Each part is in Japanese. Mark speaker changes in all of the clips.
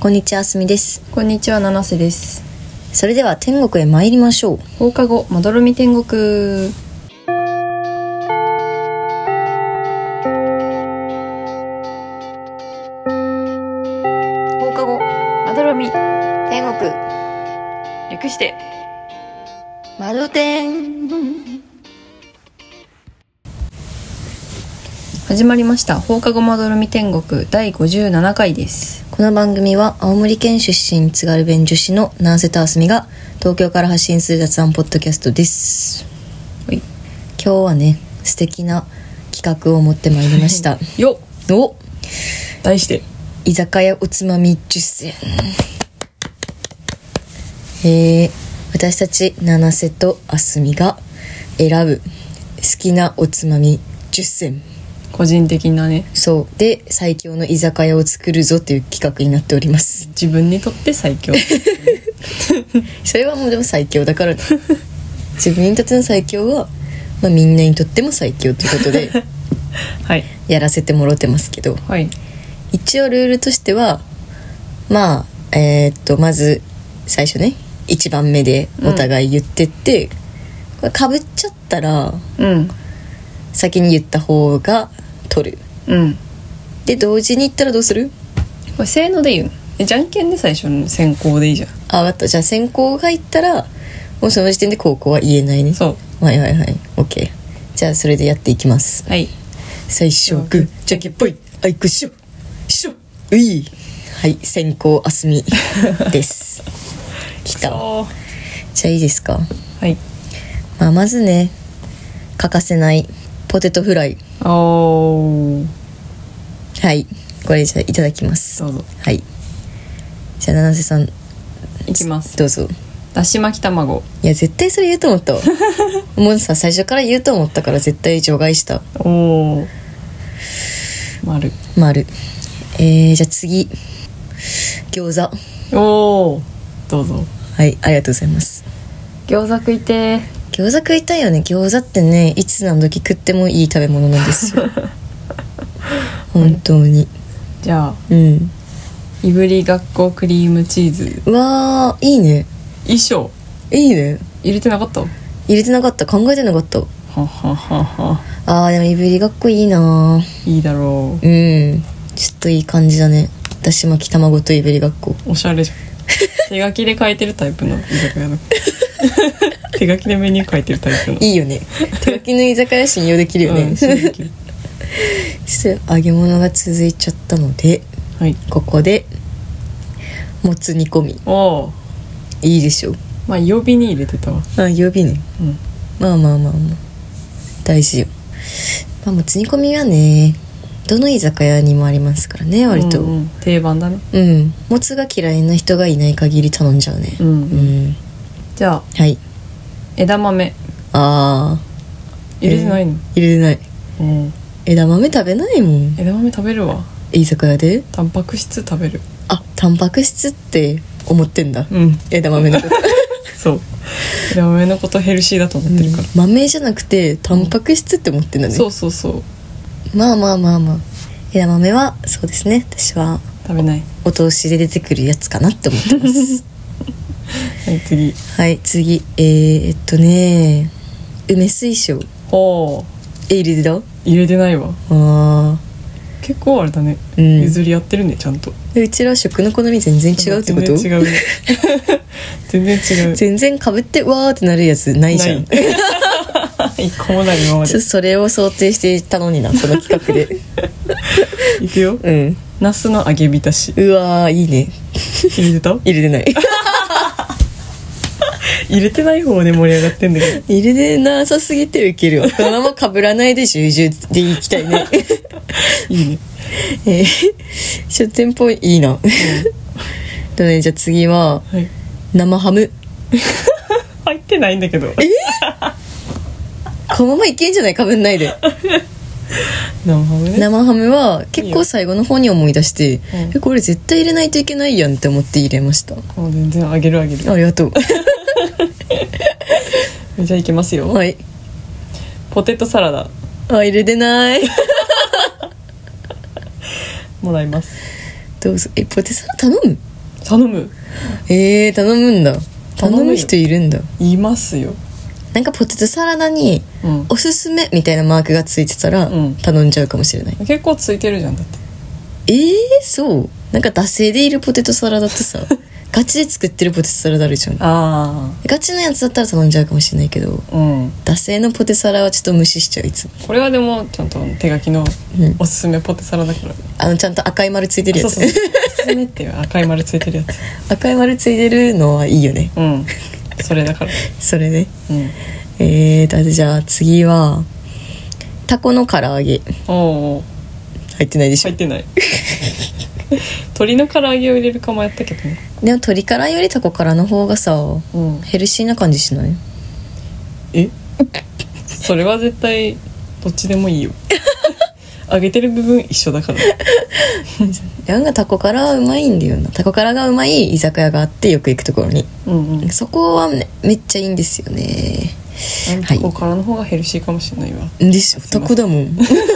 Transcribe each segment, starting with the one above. Speaker 1: こんにちは、あすみです。
Speaker 2: こんにちは七瀬です
Speaker 1: それでは天国へ参りましょう。
Speaker 2: 放課後まどろみ天国放課後まどろみ
Speaker 1: 天国、
Speaker 2: 略して
Speaker 1: 窓天。
Speaker 2: 始まりました放課後まどろみ天国第57回です
Speaker 1: この番組は青森県出身津軽弁女子の南瀬とあすみが東京から発信する雑談ポッドキャストです。
Speaker 2: はい
Speaker 1: 今日はね、素敵な企画を持ってまいりました。
Speaker 2: よ
Speaker 1: お
Speaker 2: っ題して
Speaker 1: 居酒屋おつまみ10選えー、私たち七瀬とあすみが選ぶ好きなおつまみ10選
Speaker 2: 個人的なね
Speaker 1: そうで最強の居酒屋を作るぞという企画になっております
Speaker 2: 自分にとって最 強
Speaker 1: それはもうでも最強だからね自分にとっての最強は、まあ、みんなにとっても最強ということで
Speaker 2: はい
Speaker 1: やらせてもろてますけど
Speaker 2: はい
Speaker 1: 一応ルールとしてはまあえーっとまず最初ね1番目でお互い言ってって、これかぶっちゃったら
Speaker 2: うん
Speaker 1: 先に言った方が取る
Speaker 2: うん
Speaker 1: で同時に言ったらどうする
Speaker 2: これせーので言うのえじゃんけんで最初の先行でいいじゃん
Speaker 1: あ分かったじゃあ先行が言ったらもうその時点で高校は言えないね
Speaker 2: そ
Speaker 1: はいはいはい OK じゃあそれでやっていきます
Speaker 2: うはい
Speaker 1: 最初グーじゃんけんぽいあいこしょしょういはい先行あすみです 来た
Speaker 2: は
Speaker 1: じゃあいいですか
Speaker 2: い
Speaker 1: まあ、まずね欠かせないポテトフライ
Speaker 2: おー
Speaker 1: はいこれじゃあいただきます
Speaker 2: どうぞ
Speaker 1: はいじゃあ七瀬さん
Speaker 2: いきます
Speaker 1: どうぞ
Speaker 2: だし巻き卵
Speaker 1: いや絶対それ言うと思っ たわもうさ最初から言うと思ったから絶対除外した
Speaker 2: おお丸
Speaker 1: 丸えー、じゃあ次餃子
Speaker 2: おおどうぞ
Speaker 1: はいありがとうございます
Speaker 2: 餃子食いて
Speaker 1: 餃子食いたいよね餃子ってねいつ何時食ってもいい食べ物なんです よ本当に
Speaker 2: ーじゃあ
Speaker 1: うん
Speaker 2: いぶりがっこクリームチーズ
Speaker 1: うわーいいね
Speaker 2: 衣装
Speaker 1: いいね
Speaker 2: 入れてなかったは
Speaker 1: 入れてなかった考えてなかった
Speaker 2: ははは
Speaker 1: あーでもいぶりがっこいいなー
Speaker 2: いいだろ
Speaker 1: うんちょっといい感じだねだし巻き卵といぶりがっこ
Speaker 2: うおしゃれ じゃん手書きで書いてるタイプの居酒 屋の手書きでメニュー書いてるタイプの
Speaker 1: いいよ ね手書きの居酒屋信用できるよね、
Speaker 2: うん
Speaker 1: ちょ
Speaker 2: 信じきる
Speaker 1: っと揚げ物が続いちゃったので
Speaker 2: はい
Speaker 1: ここでもつ煮込み
Speaker 2: おお
Speaker 1: いいでしょ
Speaker 2: まあ曜日に入れてたわ
Speaker 1: あ曜日ね
Speaker 2: うん
Speaker 1: まあまあまあまあ大事よ、まあ、もつ煮込みはねどの居酒屋にもありますからね割と
Speaker 2: うんうん定番だね
Speaker 1: うん、もつが嫌いな人がいない限り頼んじゃうね
Speaker 2: うん
Speaker 1: う、ん
Speaker 2: じゃあ
Speaker 1: はい
Speaker 2: 枝豆
Speaker 1: あ
Speaker 2: 入れてないの
Speaker 1: あ、入れてない
Speaker 2: うん
Speaker 1: 枝豆食べないもん
Speaker 2: 枝豆食べるわ
Speaker 1: 居酒屋で
Speaker 2: タンパク質食べる
Speaker 1: あタンパク質って思ってんだ
Speaker 2: うん
Speaker 1: 枝豆のこと、
Speaker 2: そう枝豆のことヘルシーだと思ってるから、
Speaker 1: 豆じゃなくてタンパク質って思ってんだね、
Speaker 2: そうそうそう
Speaker 1: まあまあまあまあ枝豆はそうですね私は
Speaker 2: 食べない
Speaker 1: お通しで出てくるやつかなって思ってます
Speaker 2: はい次
Speaker 1: はい次えー、えっとね梅水晶
Speaker 2: おー
Speaker 1: え入れてたあ
Speaker 2: 入れてないわ
Speaker 1: あ
Speaker 2: 結構あれだね、
Speaker 1: うん
Speaker 2: 譲り合ってるねちゃんと
Speaker 1: でうちら食の好み全然違うってこと
Speaker 2: 全然違うね全然違う
Speaker 1: 全然かぶってわーってなるやつないじゃん
Speaker 2: ない一個もない 今ま
Speaker 1: ちょ
Speaker 2: で
Speaker 1: それを想定していたのになこの企画で
Speaker 2: いくよ
Speaker 1: うん
Speaker 2: ナスの揚げ浸し
Speaker 1: うわーいいね
Speaker 2: 入れてた
Speaker 1: 入れてない
Speaker 2: 入れてない方で盛り上がってんだけど
Speaker 1: 入れてなさすぎてウケるわこのままかぶらないで従順でいきたい ね
Speaker 2: いいね
Speaker 1: えー、書店っぽいいい なとねじゃあ次は
Speaker 2: はい
Speaker 1: 生ハム
Speaker 2: 入ってないんだけど
Speaker 1: このままいけんじゃないかぶんないで
Speaker 2: 生ハムね
Speaker 1: 生ハムは結構最後の方に思い出して
Speaker 2: うん
Speaker 1: えこれ絶対入れないといけないやんって思って入れました
Speaker 2: もう全然あげるあげる
Speaker 1: ありがと
Speaker 2: じゃあいきますよ、
Speaker 1: うはい
Speaker 2: ポテトサラダ
Speaker 1: あ入れてない
Speaker 2: もらいます
Speaker 1: どうぞえポテサラ頼む
Speaker 2: 頼む
Speaker 1: えー、頼むんだ
Speaker 2: 頼
Speaker 1: 頼
Speaker 2: むよ
Speaker 1: む人いるんだ
Speaker 2: いますよ
Speaker 1: なんかポテトサラダに
Speaker 2: うん
Speaker 1: おすすめみたいなマークがついてたら
Speaker 2: うん
Speaker 1: 頼んじゃうかもしれない、
Speaker 2: 結構ついてるじゃんだって
Speaker 1: えー、そうなんか惰性でいるポテトサラダって さガチで作ってるポテトサラダあるじゃん
Speaker 2: あ
Speaker 1: ガチのやつだったら頼んじゃうかもしれないけど
Speaker 2: あうん
Speaker 1: 惰性のポテサラはちょっと無視しちゃういつも、
Speaker 2: これはでもちゃんと手書きの
Speaker 1: うん、
Speaker 2: おすすめポテサラだから、
Speaker 1: あのちゃんと赤い丸ついてるや
Speaker 2: そう
Speaker 1: つ
Speaker 2: そうそうおすすめっていう赤い丸ついてるやつ
Speaker 1: 赤い丸ついてるのはいいよね
Speaker 2: うんそれだから
Speaker 1: それね
Speaker 2: うん
Speaker 1: えーとあとじゃあ次はタコの唐揚げ
Speaker 2: おうおう
Speaker 1: 入ってないでしょ、
Speaker 2: 入ってない鶏の唐揚げを入れるかもやったけどね
Speaker 1: でも鶏からよりタコからの方がさ
Speaker 2: うん
Speaker 1: ヘルシーな感じしない
Speaker 2: えそれは絶対どっちでもいいよ揚げてる部分一緒だから
Speaker 1: ヤンがタコからはうまいんだよなタコからがうまい居酒屋があってよく行くところに
Speaker 2: うんうん
Speaker 1: そこは、ね、めっちゃいいんですよねはい
Speaker 2: ここからの方がヘルシーかもしれないわ
Speaker 1: でしょ
Speaker 2: すい
Speaker 1: タ
Speaker 2: ま
Speaker 1: コ
Speaker 2: せ
Speaker 1: だ
Speaker 2: ん
Speaker 1: もん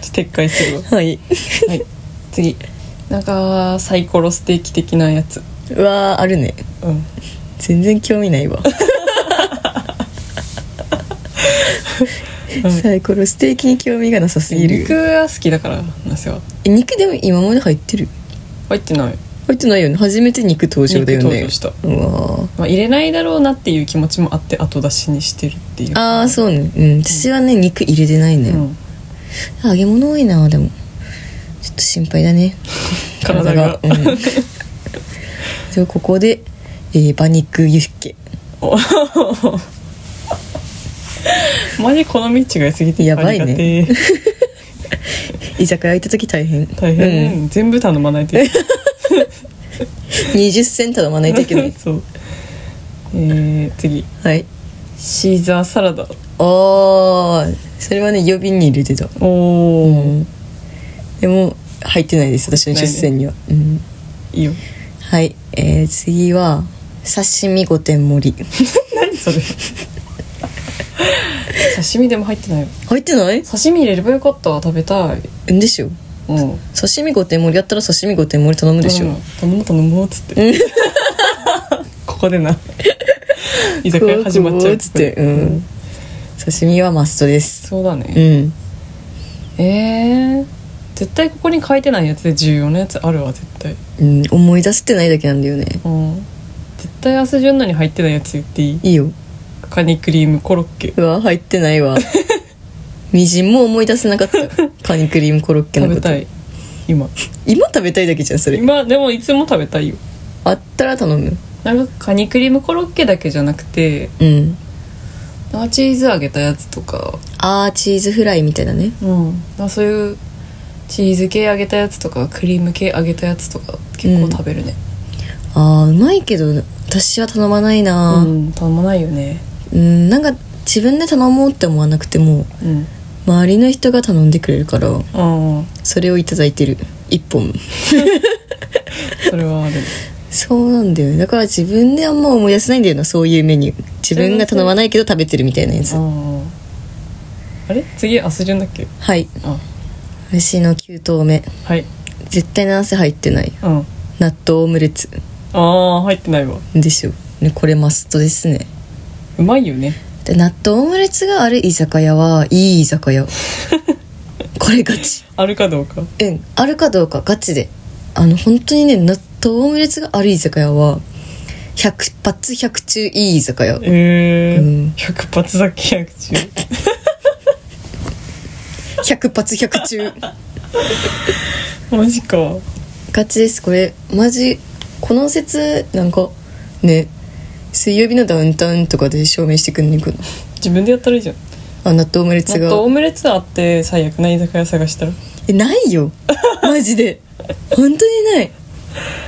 Speaker 2: 撤回するわ
Speaker 1: はい
Speaker 2: はい次なんかサイコロステーキ的なやつ
Speaker 1: うわーあるね
Speaker 2: うん
Speaker 1: 全然興味ないわサイコロステーキに興味がなさすぎる
Speaker 2: 肉は好きだからなんですよ
Speaker 1: え肉でも今まで入ってる
Speaker 2: 入ってない、
Speaker 1: 入ってないよね初めて肉登場だよね
Speaker 2: 肉登場した
Speaker 1: うわー
Speaker 2: まあ、入れないだろうなっていう気持ちもあって後出しにしてるっていう
Speaker 1: ああそうねうん私はね肉入れてないの
Speaker 2: う
Speaker 1: よ、
Speaker 2: ん、
Speaker 1: 揚げ物多いなでもちょっと心配だね
Speaker 2: 体が
Speaker 1: うん じゃあここで、えー馬肉ユッケ
Speaker 2: マジ好み違いすぎて
Speaker 1: やばいね
Speaker 2: ありがてえ
Speaker 1: 居酒屋行った時大変
Speaker 2: 大変、
Speaker 1: うん、
Speaker 2: 全部頼まないといけな
Speaker 1: 20銭頼まないといけない
Speaker 2: い そうえー、次
Speaker 1: はい
Speaker 2: シーザーサラダ
Speaker 1: ああそれはね予備に入れてた
Speaker 2: おお、
Speaker 1: うんでも入ってないです私の
Speaker 2: 入ってない
Speaker 1: 10
Speaker 2: ね
Speaker 1: 銭には、うん
Speaker 2: いいよ
Speaker 1: はい、えー、次は刺身御殿盛り
Speaker 2: 何それ刺身でも入ってないよ
Speaker 1: 入ってない
Speaker 2: 刺身入れればよかった食べたい
Speaker 1: んでしょ
Speaker 2: うん
Speaker 1: 刺身御殿盛りやったら刺身御殿盛り頼むでしょ、
Speaker 2: 頼む頼もうっつって ここでな居酒屋始まっちゃう
Speaker 1: つって、うん、刺身はマストです
Speaker 2: そうだ
Speaker 1: う
Speaker 2: ね、
Speaker 1: ん
Speaker 2: えー、絶対ここに書いてないやつで重要なやつあるわ絶対
Speaker 1: うん、思い出せてないだけなんだよね
Speaker 2: うん絶対明日順のに入ってないやつ言っていい
Speaker 1: いいよ
Speaker 2: カニクリームコロッケ
Speaker 1: うわ入ってない わみじんも思い出せなかったカニクリームコロッケの
Speaker 2: 食
Speaker 1: こ
Speaker 2: べ
Speaker 1: と
Speaker 2: たい今
Speaker 1: 今食べたいだけじゃんそれ
Speaker 2: 今でもいつも食べたいよ
Speaker 1: あったら頼む
Speaker 2: なんかカニクリームコロッケだけじゃなくて
Speaker 1: うん
Speaker 2: なんかチーズ揚げたやつとか
Speaker 1: あーチーズフライみたいなね
Speaker 2: うん、なんかそういうチーズ系揚げたやつとかクリーム系揚げたやつとか結構食べるね、
Speaker 1: あーうまいけど私は頼まないうなうん
Speaker 2: 頼まないよね
Speaker 1: んなんか自分で頼もうって思わなくても
Speaker 2: うん
Speaker 1: 周りの人が頼んでくれるから
Speaker 2: ああ
Speaker 1: それをいただいてる一本
Speaker 2: それはある
Speaker 1: そうなんだよねだから自分であんま思い出せないんだよなそういうメニュー自分が頼まないけど食べてるみたいなやつ
Speaker 2: あああれ次明日順だっけ
Speaker 1: はい
Speaker 2: あ
Speaker 1: 私の9投目
Speaker 2: はい
Speaker 1: 絶対なせ入ってない
Speaker 2: うん
Speaker 1: 納豆オムレツ
Speaker 2: ああ入ってないわ
Speaker 1: でしょ、ね、これマストですね
Speaker 2: うまいよね
Speaker 1: で納豆オムレツがある居酒屋はいい居酒屋これガチ
Speaker 2: あるかどうか
Speaker 1: うんあるかどうかガチであの本当にね納豆オムレツがある居酒屋は100発100中いい居酒屋
Speaker 2: ええ
Speaker 1: うん
Speaker 2: 100発だけ100中
Speaker 1: 100発100中
Speaker 2: マジか
Speaker 1: ガチですこれマジこの説なんかね水曜日のダウンタウンとかで証明してくんねんけど
Speaker 2: 自分でやったらいいじゃん
Speaker 1: あ納豆オムレツ
Speaker 2: 納
Speaker 1: が
Speaker 2: 豆オムレツあって最悪な居酒屋探したら
Speaker 1: えないよマジで本当にない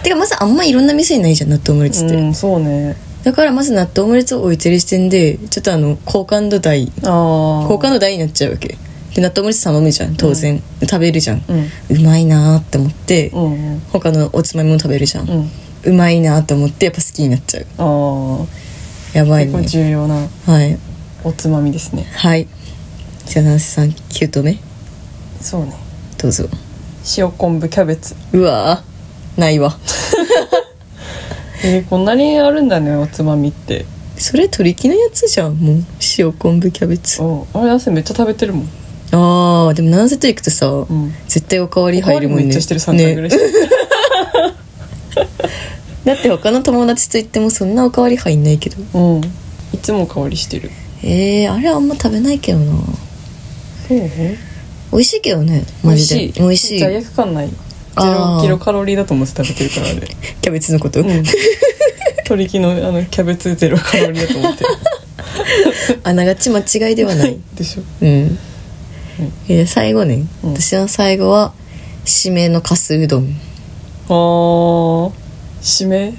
Speaker 1: てかまずあんまいろんな店にないじゃん納豆オムレツって、
Speaker 2: うんそうね
Speaker 1: だからまず納豆オムレツを置いてる時点でちょっとあの好感度台
Speaker 2: ああ
Speaker 1: 好感度台になっちゃうわけで納豆オムレツ頼むじゃん当然、食べるじゃん、
Speaker 2: うん
Speaker 1: うまいなーって思って、
Speaker 2: うんうん
Speaker 1: 他のおつまみも食べるじゃん、
Speaker 2: う
Speaker 1: うんまいなーって思ってやっぱ好きになっちゃう
Speaker 2: あ
Speaker 1: や
Speaker 2: あ
Speaker 1: ばい
Speaker 2: 結構
Speaker 1: ね
Speaker 2: 重要な
Speaker 1: はい
Speaker 2: おつまみですね
Speaker 1: はいじゃあナンスさん9投目
Speaker 2: そうね
Speaker 1: どうぞ
Speaker 2: 塩昆布キャベツ
Speaker 1: うわーないわ
Speaker 2: えーこんなにあるんだねおつまみって
Speaker 1: それ取り木のやつじゃんもう塩昆布キャベツ
Speaker 2: おあれ汗めっちゃ食べてるもん、
Speaker 1: あーでも南西と行くとさ、
Speaker 2: うん、
Speaker 1: 絶対おかわり
Speaker 2: おか
Speaker 1: 入
Speaker 2: わり
Speaker 1: るも
Speaker 2: も
Speaker 1: んね
Speaker 2: めっちゃしてる3回ぐら いしてる、
Speaker 1: だって他の友達と行ってもそんなおかわり入んないけど
Speaker 2: うんいつもおかわりしてる
Speaker 1: えー、あれあんま食べないけどな
Speaker 2: そう
Speaker 1: 美味しいけどね
Speaker 2: 美
Speaker 1: マ
Speaker 2: 味
Speaker 1: ジ
Speaker 2: しい
Speaker 1: で美味しい
Speaker 2: 罪悪感ない
Speaker 1: あー
Speaker 2: 0キロカロリーだと思って食べてるからあれ
Speaker 1: キャベツのこと、
Speaker 2: うん鳥木のあのキャベツゼロカロリーだと思って
Speaker 1: あながち間違いではない
Speaker 2: でしょ
Speaker 1: うん、えー最後ね、
Speaker 2: うん
Speaker 1: 私の最後は締めのかすうどん
Speaker 2: あー締め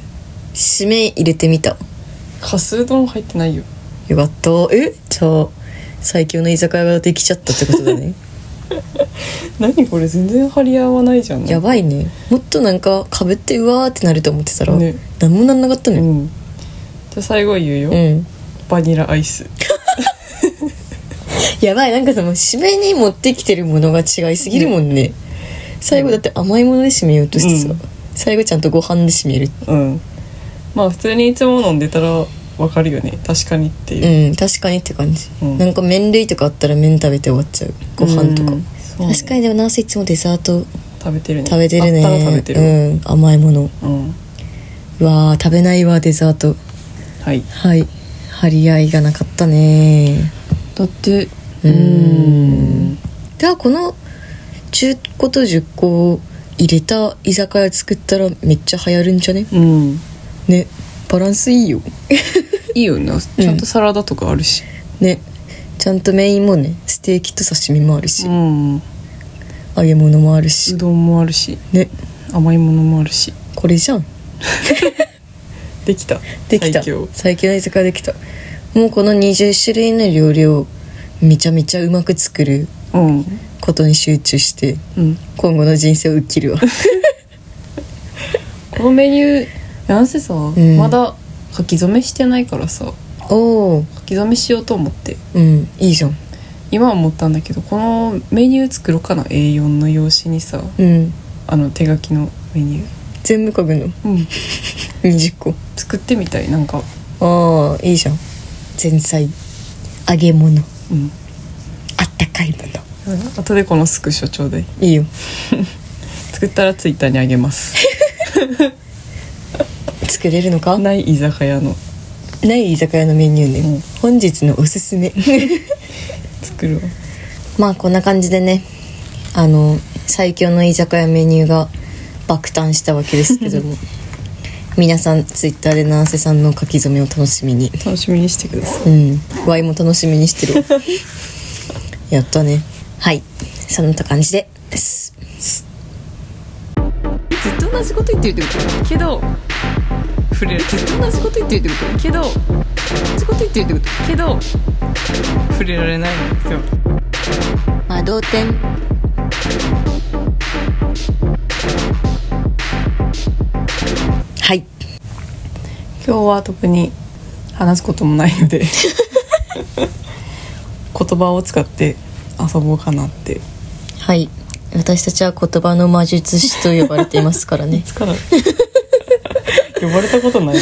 Speaker 1: 締め入れてみた
Speaker 2: かすうどん入ってないよ
Speaker 1: よかったえじゃあ最強の居酒屋ができちゃったってことだ ね
Speaker 2: 何これ全然張り合わないじゃん
Speaker 1: やばいねもっとなんかかぶってうわーってなると思ってたら、
Speaker 2: ね
Speaker 1: 何もなんなかった
Speaker 2: う
Speaker 1: ね
Speaker 2: んじゃあ最後言うよ、
Speaker 1: うん、
Speaker 2: バニラアイス
Speaker 1: やばいなんかその締めに持ってきてるものが違いすぎるもんね、最後だって甘いもので締めようとしてさ、
Speaker 2: うん
Speaker 1: 最後ちゃんとご飯で締める
Speaker 2: うんまあ普通にいつも飲んでたらわかるよね確かにっていう、
Speaker 1: うん確かにって感じ、
Speaker 2: うん
Speaker 1: なんか麺類とかあったら麺食べて終わっちゃうご飯とか、
Speaker 2: うんそうね
Speaker 1: 確かにでもナースいつもデザート
Speaker 2: 食べてるね
Speaker 1: 食べてるね
Speaker 2: あったら食べてる、
Speaker 1: うん甘いもの
Speaker 2: うん
Speaker 1: うわー食べないわデザート
Speaker 2: はい
Speaker 1: はい張り合いがなかったね
Speaker 2: だって
Speaker 1: うー
Speaker 2: ん
Speaker 1: じゃあこの中古と10個を入れた居酒屋作ったらめっちゃ流行るんじゃね
Speaker 2: うん
Speaker 1: ねバランスいいよ
Speaker 2: いいよねちゃんとサラダとかあるし
Speaker 1: ねちゃんとメインもねステーキと刺身もあるし、
Speaker 2: うんう
Speaker 1: 揚げ物もあるし
Speaker 2: どんもあるし
Speaker 1: ね
Speaker 2: 甘いものもあるし
Speaker 1: これじゃん
Speaker 2: できた
Speaker 1: できた
Speaker 2: 最強
Speaker 1: 最強の居酒屋できたもうこの20種類の料理をめちゃめちゃうまく作る
Speaker 2: うん
Speaker 1: ことに集中して
Speaker 2: うん
Speaker 1: 今後の人生を生きる わ
Speaker 2: このメニューなんせさ、
Speaker 1: ん
Speaker 2: まだ書き初めしてないからさ
Speaker 1: おお
Speaker 2: 書き初めしようと思って
Speaker 1: うんいいじゃん
Speaker 2: 今は思ったんだけどこのメニュー作ろうかな A4 の用紙にさ
Speaker 1: うん
Speaker 2: あの手書きのメニュ
Speaker 1: 全部書くの
Speaker 2: ー、うん、
Speaker 1: 20個
Speaker 2: 作ってみたいなんか、
Speaker 1: ああいいじゃん前菜揚げ物
Speaker 2: うん、
Speaker 1: あったかいもの
Speaker 2: 後でこのスクショちょうだい
Speaker 1: いいよ
Speaker 2: 作ったらツイッターにあげます
Speaker 1: 作れるのかな
Speaker 2: ない居酒屋の
Speaker 1: い居酒屋のメニューね、
Speaker 2: うん
Speaker 1: 本日のおすすめ
Speaker 2: 作るわ
Speaker 1: まあこんな感じでねあの最強の居酒屋メニューが爆誕したわけですけ ども皆さんツイッターで七瀬さんの書き初めを楽しみに
Speaker 2: 楽しみにしてください
Speaker 1: うんワイも楽しみにして るわやったねはいそんな感じでです
Speaker 2: ずっと同じこと言ってるってことけど触れるずっと同じこと言ってるってことけど同じこと言ってるってことけど触れられないんですよ
Speaker 1: 魔導天はい
Speaker 2: 今日は特に話すこともないので言葉を使って遊ぼうかなって
Speaker 1: はい私たちは言葉の魔術師と呼ばれていますから ね
Speaker 2: つから呼ばれたことないな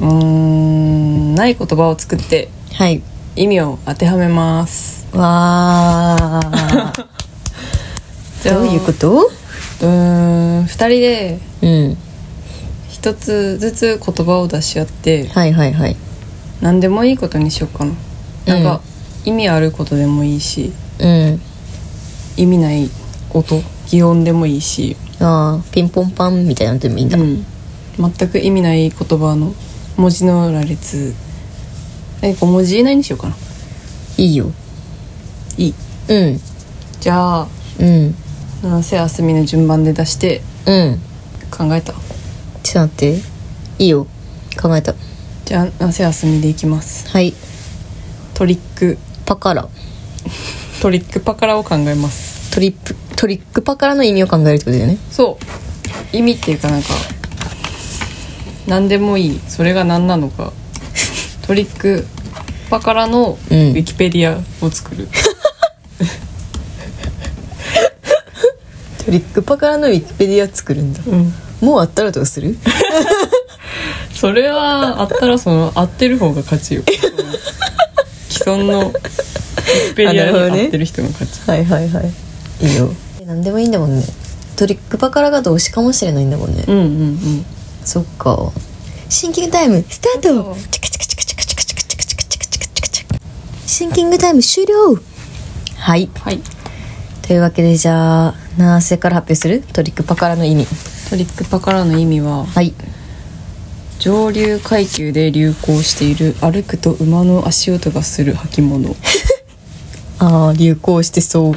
Speaker 2: うーんない言葉を作って
Speaker 1: はい
Speaker 2: 意味を当てはめます
Speaker 1: わー どういうことと
Speaker 2: うーん2人で
Speaker 1: うん
Speaker 2: 一つずつ言葉を出し合って
Speaker 1: はいはいはい
Speaker 2: 何でもいいことにしようかななんか、意味あることでもいいし
Speaker 1: うん
Speaker 2: 意味ない音擬音でもいいし
Speaker 1: ああピンポンパンみたいなのでもいいんだ、
Speaker 2: うん、全く意味ない言葉の文字の羅列え5文字以内にしようかない
Speaker 1: いよ
Speaker 2: いい
Speaker 1: うん
Speaker 2: じゃあ
Speaker 1: うん
Speaker 2: 七瀬あすみの順番で出して
Speaker 1: うん
Speaker 2: 考えた
Speaker 1: ちょっと待っていいよ考えた
Speaker 2: じゃあ七瀬あすみでいきます
Speaker 1: はい
Speaker 2: トリック
Speaker 1: パカラ
Speaker 2: トリックパカラを考えます
Speaker 1: トリップトリックパカラの意味を考えるってことだよね
Speaker 2: そう意味っていうかなんか何でもいいそれが何なの かトリックパカラのウ
Speaker 1: うん
Speaker 2: ィキペディアを作る、
Speaker 1: トリックパカラのウィキペディア作るんだ
Speaker 2: うん
Speaker 1: もうあったらどうする
Speaker 2: それはあったらその合ってる方が勝ちよ既存のウィキペディアに合ってる人の勝ち、
Speaker 1: はいはいはいいいよ何でもいいんだもんねトリックバカラが動詞かもしれないんだもんね、
Speaker 2: うんうんうん
Speaker 1: そっかシンキングタイムスター
Speaker 2: そ
Speaker 1: ト
Speaker 2: う
Speaker 1: チクチクチクチクチクチクチクチクチクチクチクチクシンキングタイム終了はい
Speaker 2: はい
Speaker 1: というわけでじゃあ七瀬から発表するトリックパカラの意味
Speaker 2: トリックパカラの意味は
Speaker 1: はい
Speaker 2: 上流階級で流行している歩くと馬の足音がする履物
Speaker 1: ああ流行してそう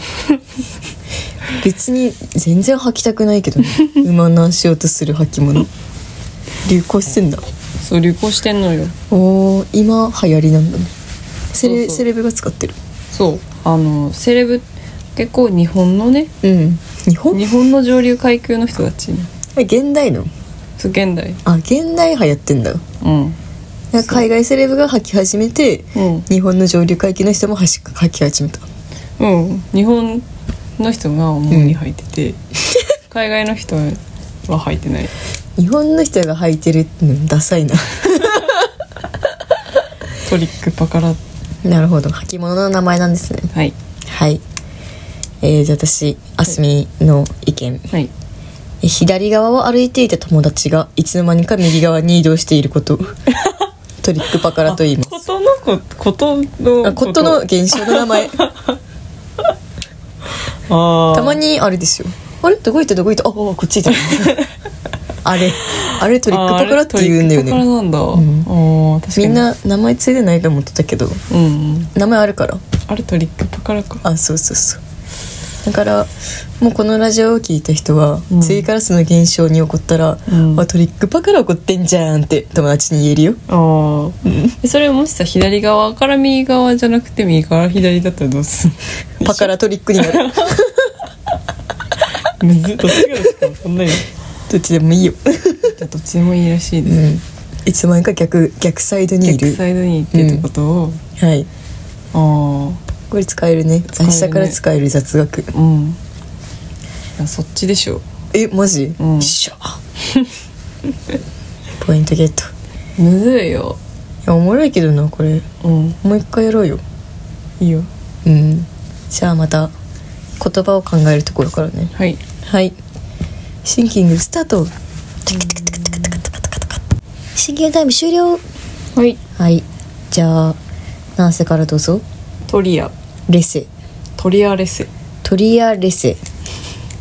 Speaker 1: 別に全然履きたくないけど、ね、馬の足音する履物流行してんだ
Speaker 2: そう流行してんのよ
Speaker 1: おー今流行りなんだねセレ
Speaker 2: そうそう
Speaker 1: セレブが使ってる
Speaker 2: そうあのセレブ結構日本のね
Speaker 1: うん日本
Speaker 2: 日本の上流階級の人たちね
Speaker 1: 現代の
Speaker 2: そう現代
Speaker 1: あ現代流行ってんだ
Speaker 2: うん
Speaker 1: なんか海外セレブが履き始めて、
Speaker 2: うん
Speaker 1: 日本の上流階級の人も履き履き始めた
Speaker 2: うん日本の人が主に履いてて、 海外の人は履いてない
Speaker 1: 日本の人が履いてるのダサい な
Speaker 2: トリックパカラ
Speaker 1: なるほど履物の名前なんですね
Speaker 2: はい
Speaker 1: はいえー、じゃあ私あすみの意見
Speaker 2: はい
Speaker 1: え左側を歩いていた友達がいつの間にか右側に移動していることトリックパカラと言います
Speaker 2: ことのこことの
Speaker 1: あことの現象の名前
Speaker 2: あ
Speaker 1: たま
Speaker 2: に
Speaker 1: にあれですよあれどこ行ったどこ行ったああこっち行った あれあれトリックパカラって言うんだよ
Speaker 2: トリ
Speaker 1: ね
Speaker 2: ックパカラなんだ、あー確か
Speaker 1: み
Speaker 2: に
Speaker 1: んな名前ついてないと思ってたけど
Speaker 2: うんうん
Speaker 1: 名前あるから
Speaker 2: あれトリックパカラか
Speaker 1: あそうそうそうだからもうこのラジオを聞いた人は、
Speaker 2: うん
Speaker 1: 次からその現象に起こったら、
Speaker 2: うん
Speaker 1: あトリックパから起こってんじゃんって友達に言えるよ
Speaker 2: あーえそれもしさ左側から右側じゃなくて右から左だったらどうする
Speaker 1: パからトリックになる
Speaker 2: むずっとすぐですかそんな に
Speaker 1: どっちでもいいよ、
Speaker 2: どっちでもいいらしいうです、
Speaker 1: ん、いつの間にか逆逆サイドにい
Speaker 2: 逆
Speaker 1: る
Speaker 2: サイドに行ってってことを、
Speaker 1: はい
Speaker 2: あ
Speaker 1: これ使えるね
Speaker 2: 使えるね
Speaker 1: 明日から使える雑学
Speaker 2: あうんあそっちでしょ
Speaker 1: えマジ、
Speaker 2: うん
Speaker 1: よっしょポイントゲットい
Speaker 2: むずいよ
Speaker 1: やおもろいけどなこれ
Speaker 2: うん
Speaker 1: もう一回やろうよ
Speaker 2: いいよ
Speaker 1: うんじゃあまた言葉を考えるところからね
Speaker 2: はい
Speaker 1: はいシンキングスタートシンキングタイム終了
Speaker 2: はい
Speaker 1: はいじゃあナーセからどうぞ
Speaker 2: トリア
Speaker 1: レセ
Speaker 2: トリアレセ
Speaker 1: トリアレセ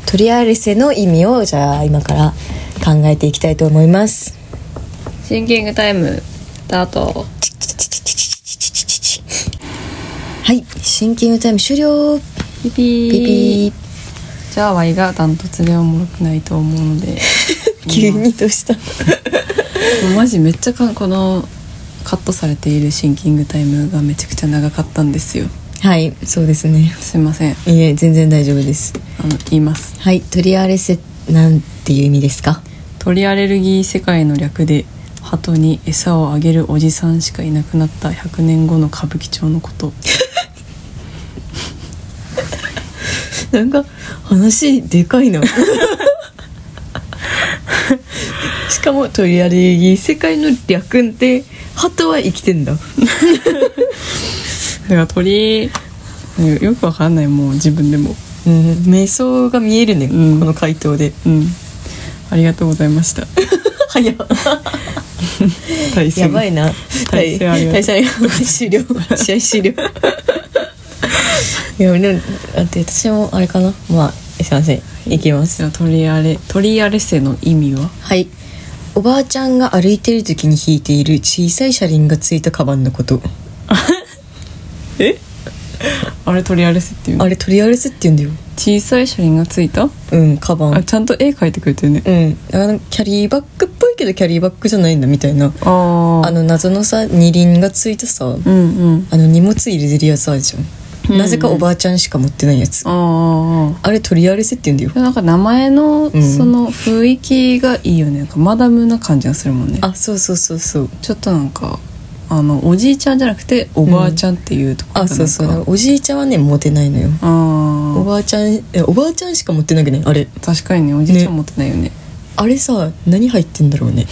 Speaker 1: トリアレセの意味をじゃあ今から考えていきたいと思います
Speaker 2: シンキングタイムスタート
Speaker 1: はいシンキングタイム終了
Speaker 2: ピピ
Speaker 1: ピ
Speaker 2: ー
Speaker 1: ピー
Speaker 2: じゃあ Y がダントツでおもろくないと思うの で
Speaker 1: 急にどうした
Speaker 2: もうマジめっちゃかこのカットされているシンキングタイムがめちゃくちゃ長かったんですよ
Speaker 1: はいそうですね
Speaker 2: すいません
Speaker 1: いえ全然大丈夫です
Speaker 2: あの言います
Speaker 1: はいトリアレセなんていう意味ですか
Speaker 2: 鳥アレルギー世界の略で鳩に餌をあげるおじさんしかいなくなった100年後の歌舞伎町のこと
Speaker 1: なんか話でかい なしかもトリアレルギー世界の略って鳩は生きてんだ
Speaker 2: だから鳥よよくわかんないもう自分でも
Speaker 1: うん瞑想が見えるね、
Speaker 2: うん
Speaker 1: この回答で
Speaker 2: うんありがとうございました
Speaker 1: 早っ
Speaker 2: 大勢
Speaker 1: やばいな
Speaker 2: 対戦ありがとう
Speaker 1: 対戦ありがとう終了試合終了いやでもだって私もあれかなまあすいませんいきます
Speaker 2: じゃあ鳥アレ鳥アレセの意味は
Speaker 1: はいおばあちゃんが歩いてる時に引いている小さい車輪がついたカバンのこと
Speaker 2: えあれ鳥アレセっていうの
Speaker 1: あれトリアレスって言うんだよ
Speaker 2: 小さい車輪がついた
Speaker 1: うんカバ
Speaker 2: あ
Speaker 1: ン
Speaker 2: ちゃんと絵描いてくれてるね
Speaker 1: うんあのキャリーバッグっぽいけどキャリーバッグじゃないんだみたいな
Speaker 2: あー
Speaker 1: あの謎のさ二輪がついたさ
Speaker 2: うんうん
Speaker 1: あの荷物入れてるやつあるじゃん、
Speaker 2: うん
Speaker 1: なぜかおばあちゃんしか持ってないやつ
Speaker 2: あー
Speaker 1: あ
Speaker 2: あー
Speaker 1: れトリアレスって言うんだよ
Speaker 2: でもなんか名前の
Speaker 1: うん
Speaker 2: その雰囲気がいいよね、なんかマダムな感じがするもんね
Speaker 1: あそうそうそうそう
Speaker 2: ちょっとなんかあのおじいちゃんじゃなくておばあちゃんっていうところ
Speaker 1: あそうそうだからおじいちゃんはね持てないのよ
Speaker 2: あ
Speaker 1: おばあちゃんえおばあちゃんしか持ってなくないあれ
Speaker 2: あ確かにねおじいちゃん持ってないよね
Speaker 1: あれさ何入ってんだろうね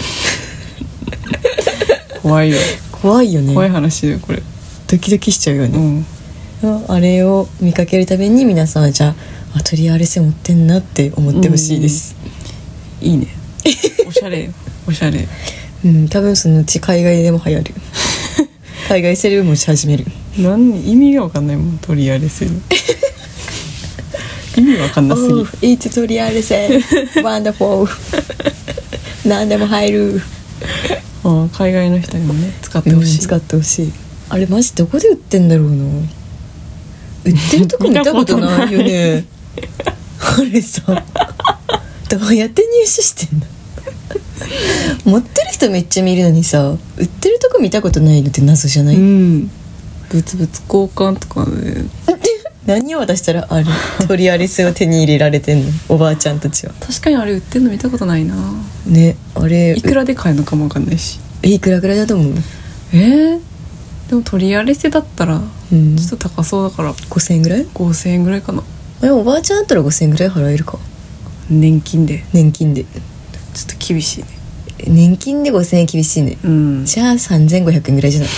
Speaker 2: 怖いよ
Speaker 1: 怖いよね
Speaker 2: 怖い話だよこれ
Speaker 1: ドキドキしちゃうよ
Speaker 2: う
Speaker 1: ね、
Speaker 2: ん
Speaker 1: あれを見かけるために皆さんはじゃあアトリエ RS 持ってんなって思ってほしいです、
Speaker 2: いい ねおしゃれよおしゃれ
Speaker 1: うん多分そのうち海外でも流行 る海外セレブもし始める
Speaker 2: 何意味がわかんないもんトリアレ セル意味わかんなすぎ
Speaker 1: おういいトリアルセ ワンダフォー 何でも入る
Speaker 2: うん海外の人にもね使ってほしい、
Speaker 1: 使ってほしいあれマジどこで売ってんだろうな売ってるとこ見たことないよねあれさどうやって入手してんの持ってる人めっちゃ見るのにさ売ってるとこ見たことないのって謎じゃない、
Speaker 2: うん物々交換とかね
Speaker 1: 何を渡したらあれトリアレスを手に入れられてんのおばあちゃんたちは
Speaker 2: 確かにあれ売ってんの見たことないな
Speaker 1: ねあれ
Speaker 2: いくらで買えるのかもわかんないし
Speaker 1: えいくらぐらいだと思う、
Speaker 2: えー、でも取り荒れせだったら
Speaker 1: うん、
Speaker 2: ちょっと高そうだから
Speaker 1: 5000円ぐらい
Speaker 2: 5000円ぐらいかな
Speaker 1: あれおばあちゃんだったら5000円ぐらい払えるか
Speaker 2: 年金で
Speaker 1: 年金で
Speaker 2: ちょっと厳しいね
Speaker 1: え年金で5000円厳しいね
Speaker 2: うん
Speaker 1: じゃあ3500円ぐらいじゃない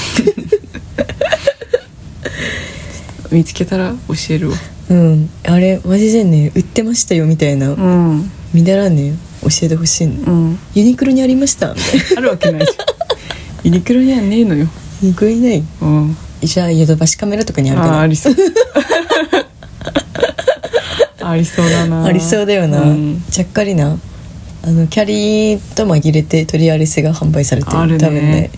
Speaker 2: 見つけたら教えるわ
Speaker 1: うんあれマジでね売ってましたよみたいな、
Speaker 2: うん
Speaker 1: 見たらね教えてほしいの、
Speaker 2: うん
Speaker 1: ユニクロにありましたみ たいな
Speaker 2: あるわけないじゃんユニクロにはねえのよ
Speaker 1: ユニクロいない
Speaker 2: うん
Speaker 1: じゃあヨドバシカメラとかにあるか
Speaker 2: あー
Speaker 1: な
Speaker 2: ありそう ありそうだな
Speaker 1: ありそうだよな、
Speaker 2: うん
Speaker 1: ちゃっかりなあのキャリーと紛れて取りアレスが販売されてる
Speaker 2: ある
Speaker 1: 多分
Speaker 2: ね
Speaker 1: ね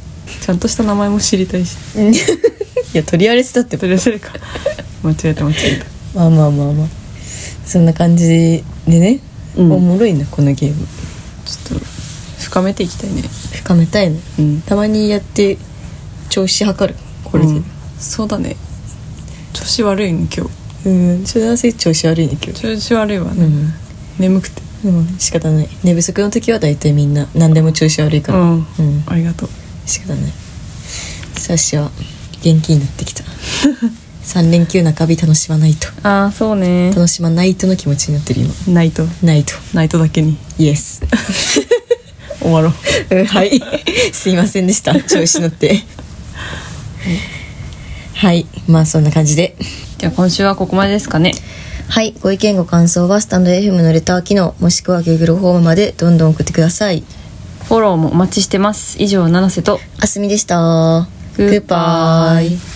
Speaker 2: ちゃんとした名前も知りたいし
Speaker 1: いや取りアレスだって
Speaker 2: それそれ か間違えた間違えた
Speaker 1: まあまあまあまあそんな感じでね、
Speaker 2: うん
Speaker 1: おもろいなこのゲーム
Speaker 2: ちょっと深めていきたいね
Speaker 1: 深めたいね
Speaker 2: うん
Speaker 1: たまにやって調子測るこれで
Speaker 2: うんそうだね調子悪いね今日
Speaker 1: うん初段性調子悪いね今日
Speaker 2: 調子悪いわ
Speaker 1: う
Speaker 2: ね、
Speaker 1: ん、
Speaker 2: 眠くて
Speaker 1: うん、仕方ない寝不足の時は大体みんな何でも調子悪いから
Speaker 2: うん
Speaker 1: うん
Speaker 2: ありがとう
Speaker 1: 仕方ないサッシは元気になって きた3連休中日楽しまないと
Speaker 2: ああそうね
Speaker 1: 楽しまないとの気持ちになってる今
Speaker 2: ナイト
Speaker 1: ないと
Speaker 2: ナイトだけに
Speaker 1: イエス
Speaker 2: 終わろう
Speaker 1: うんはいすいませんでした調子乗 ってはいまあそんな感じで
Speaker 2: じゃあ今週はここまでですかね
Speaker 1: はいご意見ご感想はスタンド FM のレター機能もしくは Google フォームまでどんどん送ってください
Speaker 2: フォローもお待ちしてます以上七瀬と
Speaker 1: あすみでした
Speaker 2: グッバイ
Speaker 1: グッバイ